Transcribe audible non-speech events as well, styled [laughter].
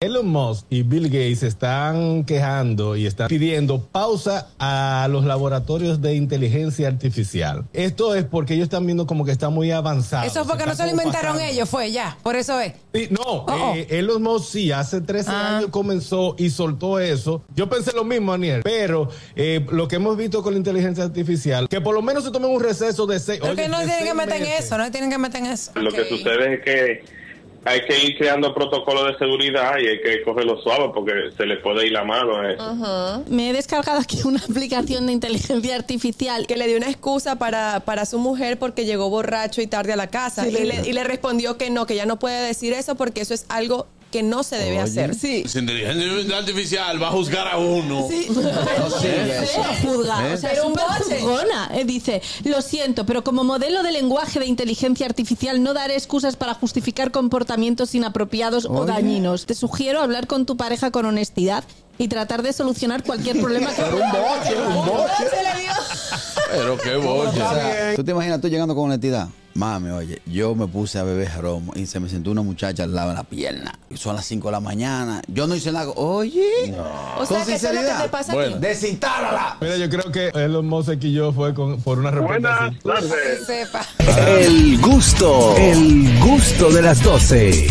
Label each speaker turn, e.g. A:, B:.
A: Elon Musk y Bill Gates están quejando y están pidiendo pausa a los laboratorios de inteligencia artificial. Esto es porque ellos están viendo como que está muy avanzado.
B: Eso fue
A: está
B: porque no se lo
A: como
B: inventaron
A: pasando.
B: ellos, fue ya. Por eso es.
A: Sí, no,
B: Oh.
A: eh, Elon Musk sí, hace 13
B: Ah.
A: años comenzó y soltó eso. Yo pensé lo mismo, Daniel, pero eh, lo que hemos visto con la inteligencia artificial, que por lo menos se tomen un receso de seis.
B: Porque
A: oye,
B: no
A: de
B: tienen
A: seis
B: que meter en
A: meses.
B: eso, no tienen que meter en eso.
C: Lo que
D: Ok.
C: sucede es que hay que ir creando protocolos de seguridad y hay que cogerlo suave porque se le puede ir la mano eh. a eso.
E: Me he descargado aquí una aplicación de inteligencia
D: [laughs]
E: artificial.
D: que le dio una excusa para, para su mujer porque llegó borracho y tarde a la casa. y, le, y le respondió que no, que ya no puede decir eso porque eso es algo que no se debe hacer. [laughs]
E: Sí.
F: Si Pues inteligencia artificial va a juzgar a uno.
E: [laughs] Súper juzga, o sea,
D: Pero un
E: súper
D: boche.
E: juzgona. Eh, dice, lo siento, pero como modelo de lenguaje de inteligencia artificial no daré excusas para justificar comportamientos inapropiados o dañinos. Te sugiero hablar con tu pareja con honestidad y tratar de solucionar cualquier problema que
F: Pero qué boche.
G: O sea, ¿Tú te imaginas tú llegando con honestidad? Mami, oye, yo me puse a beber romo y se me sentó una muchacha al lado de la pierna. Y son las 5 de la mañana. Yo no hice nada. Oye,
D: O sea, que eso es lo que te pasa
F: Bueno.
D: a ti.
G: desinstálala.
A: Mira, yo creo que Elon Musk y yo fue con, por una
C: Buenas
A: pues, reputación.
B: Que
C: tardes.
B: sepa.
H: El gusto, el gusto de las 12.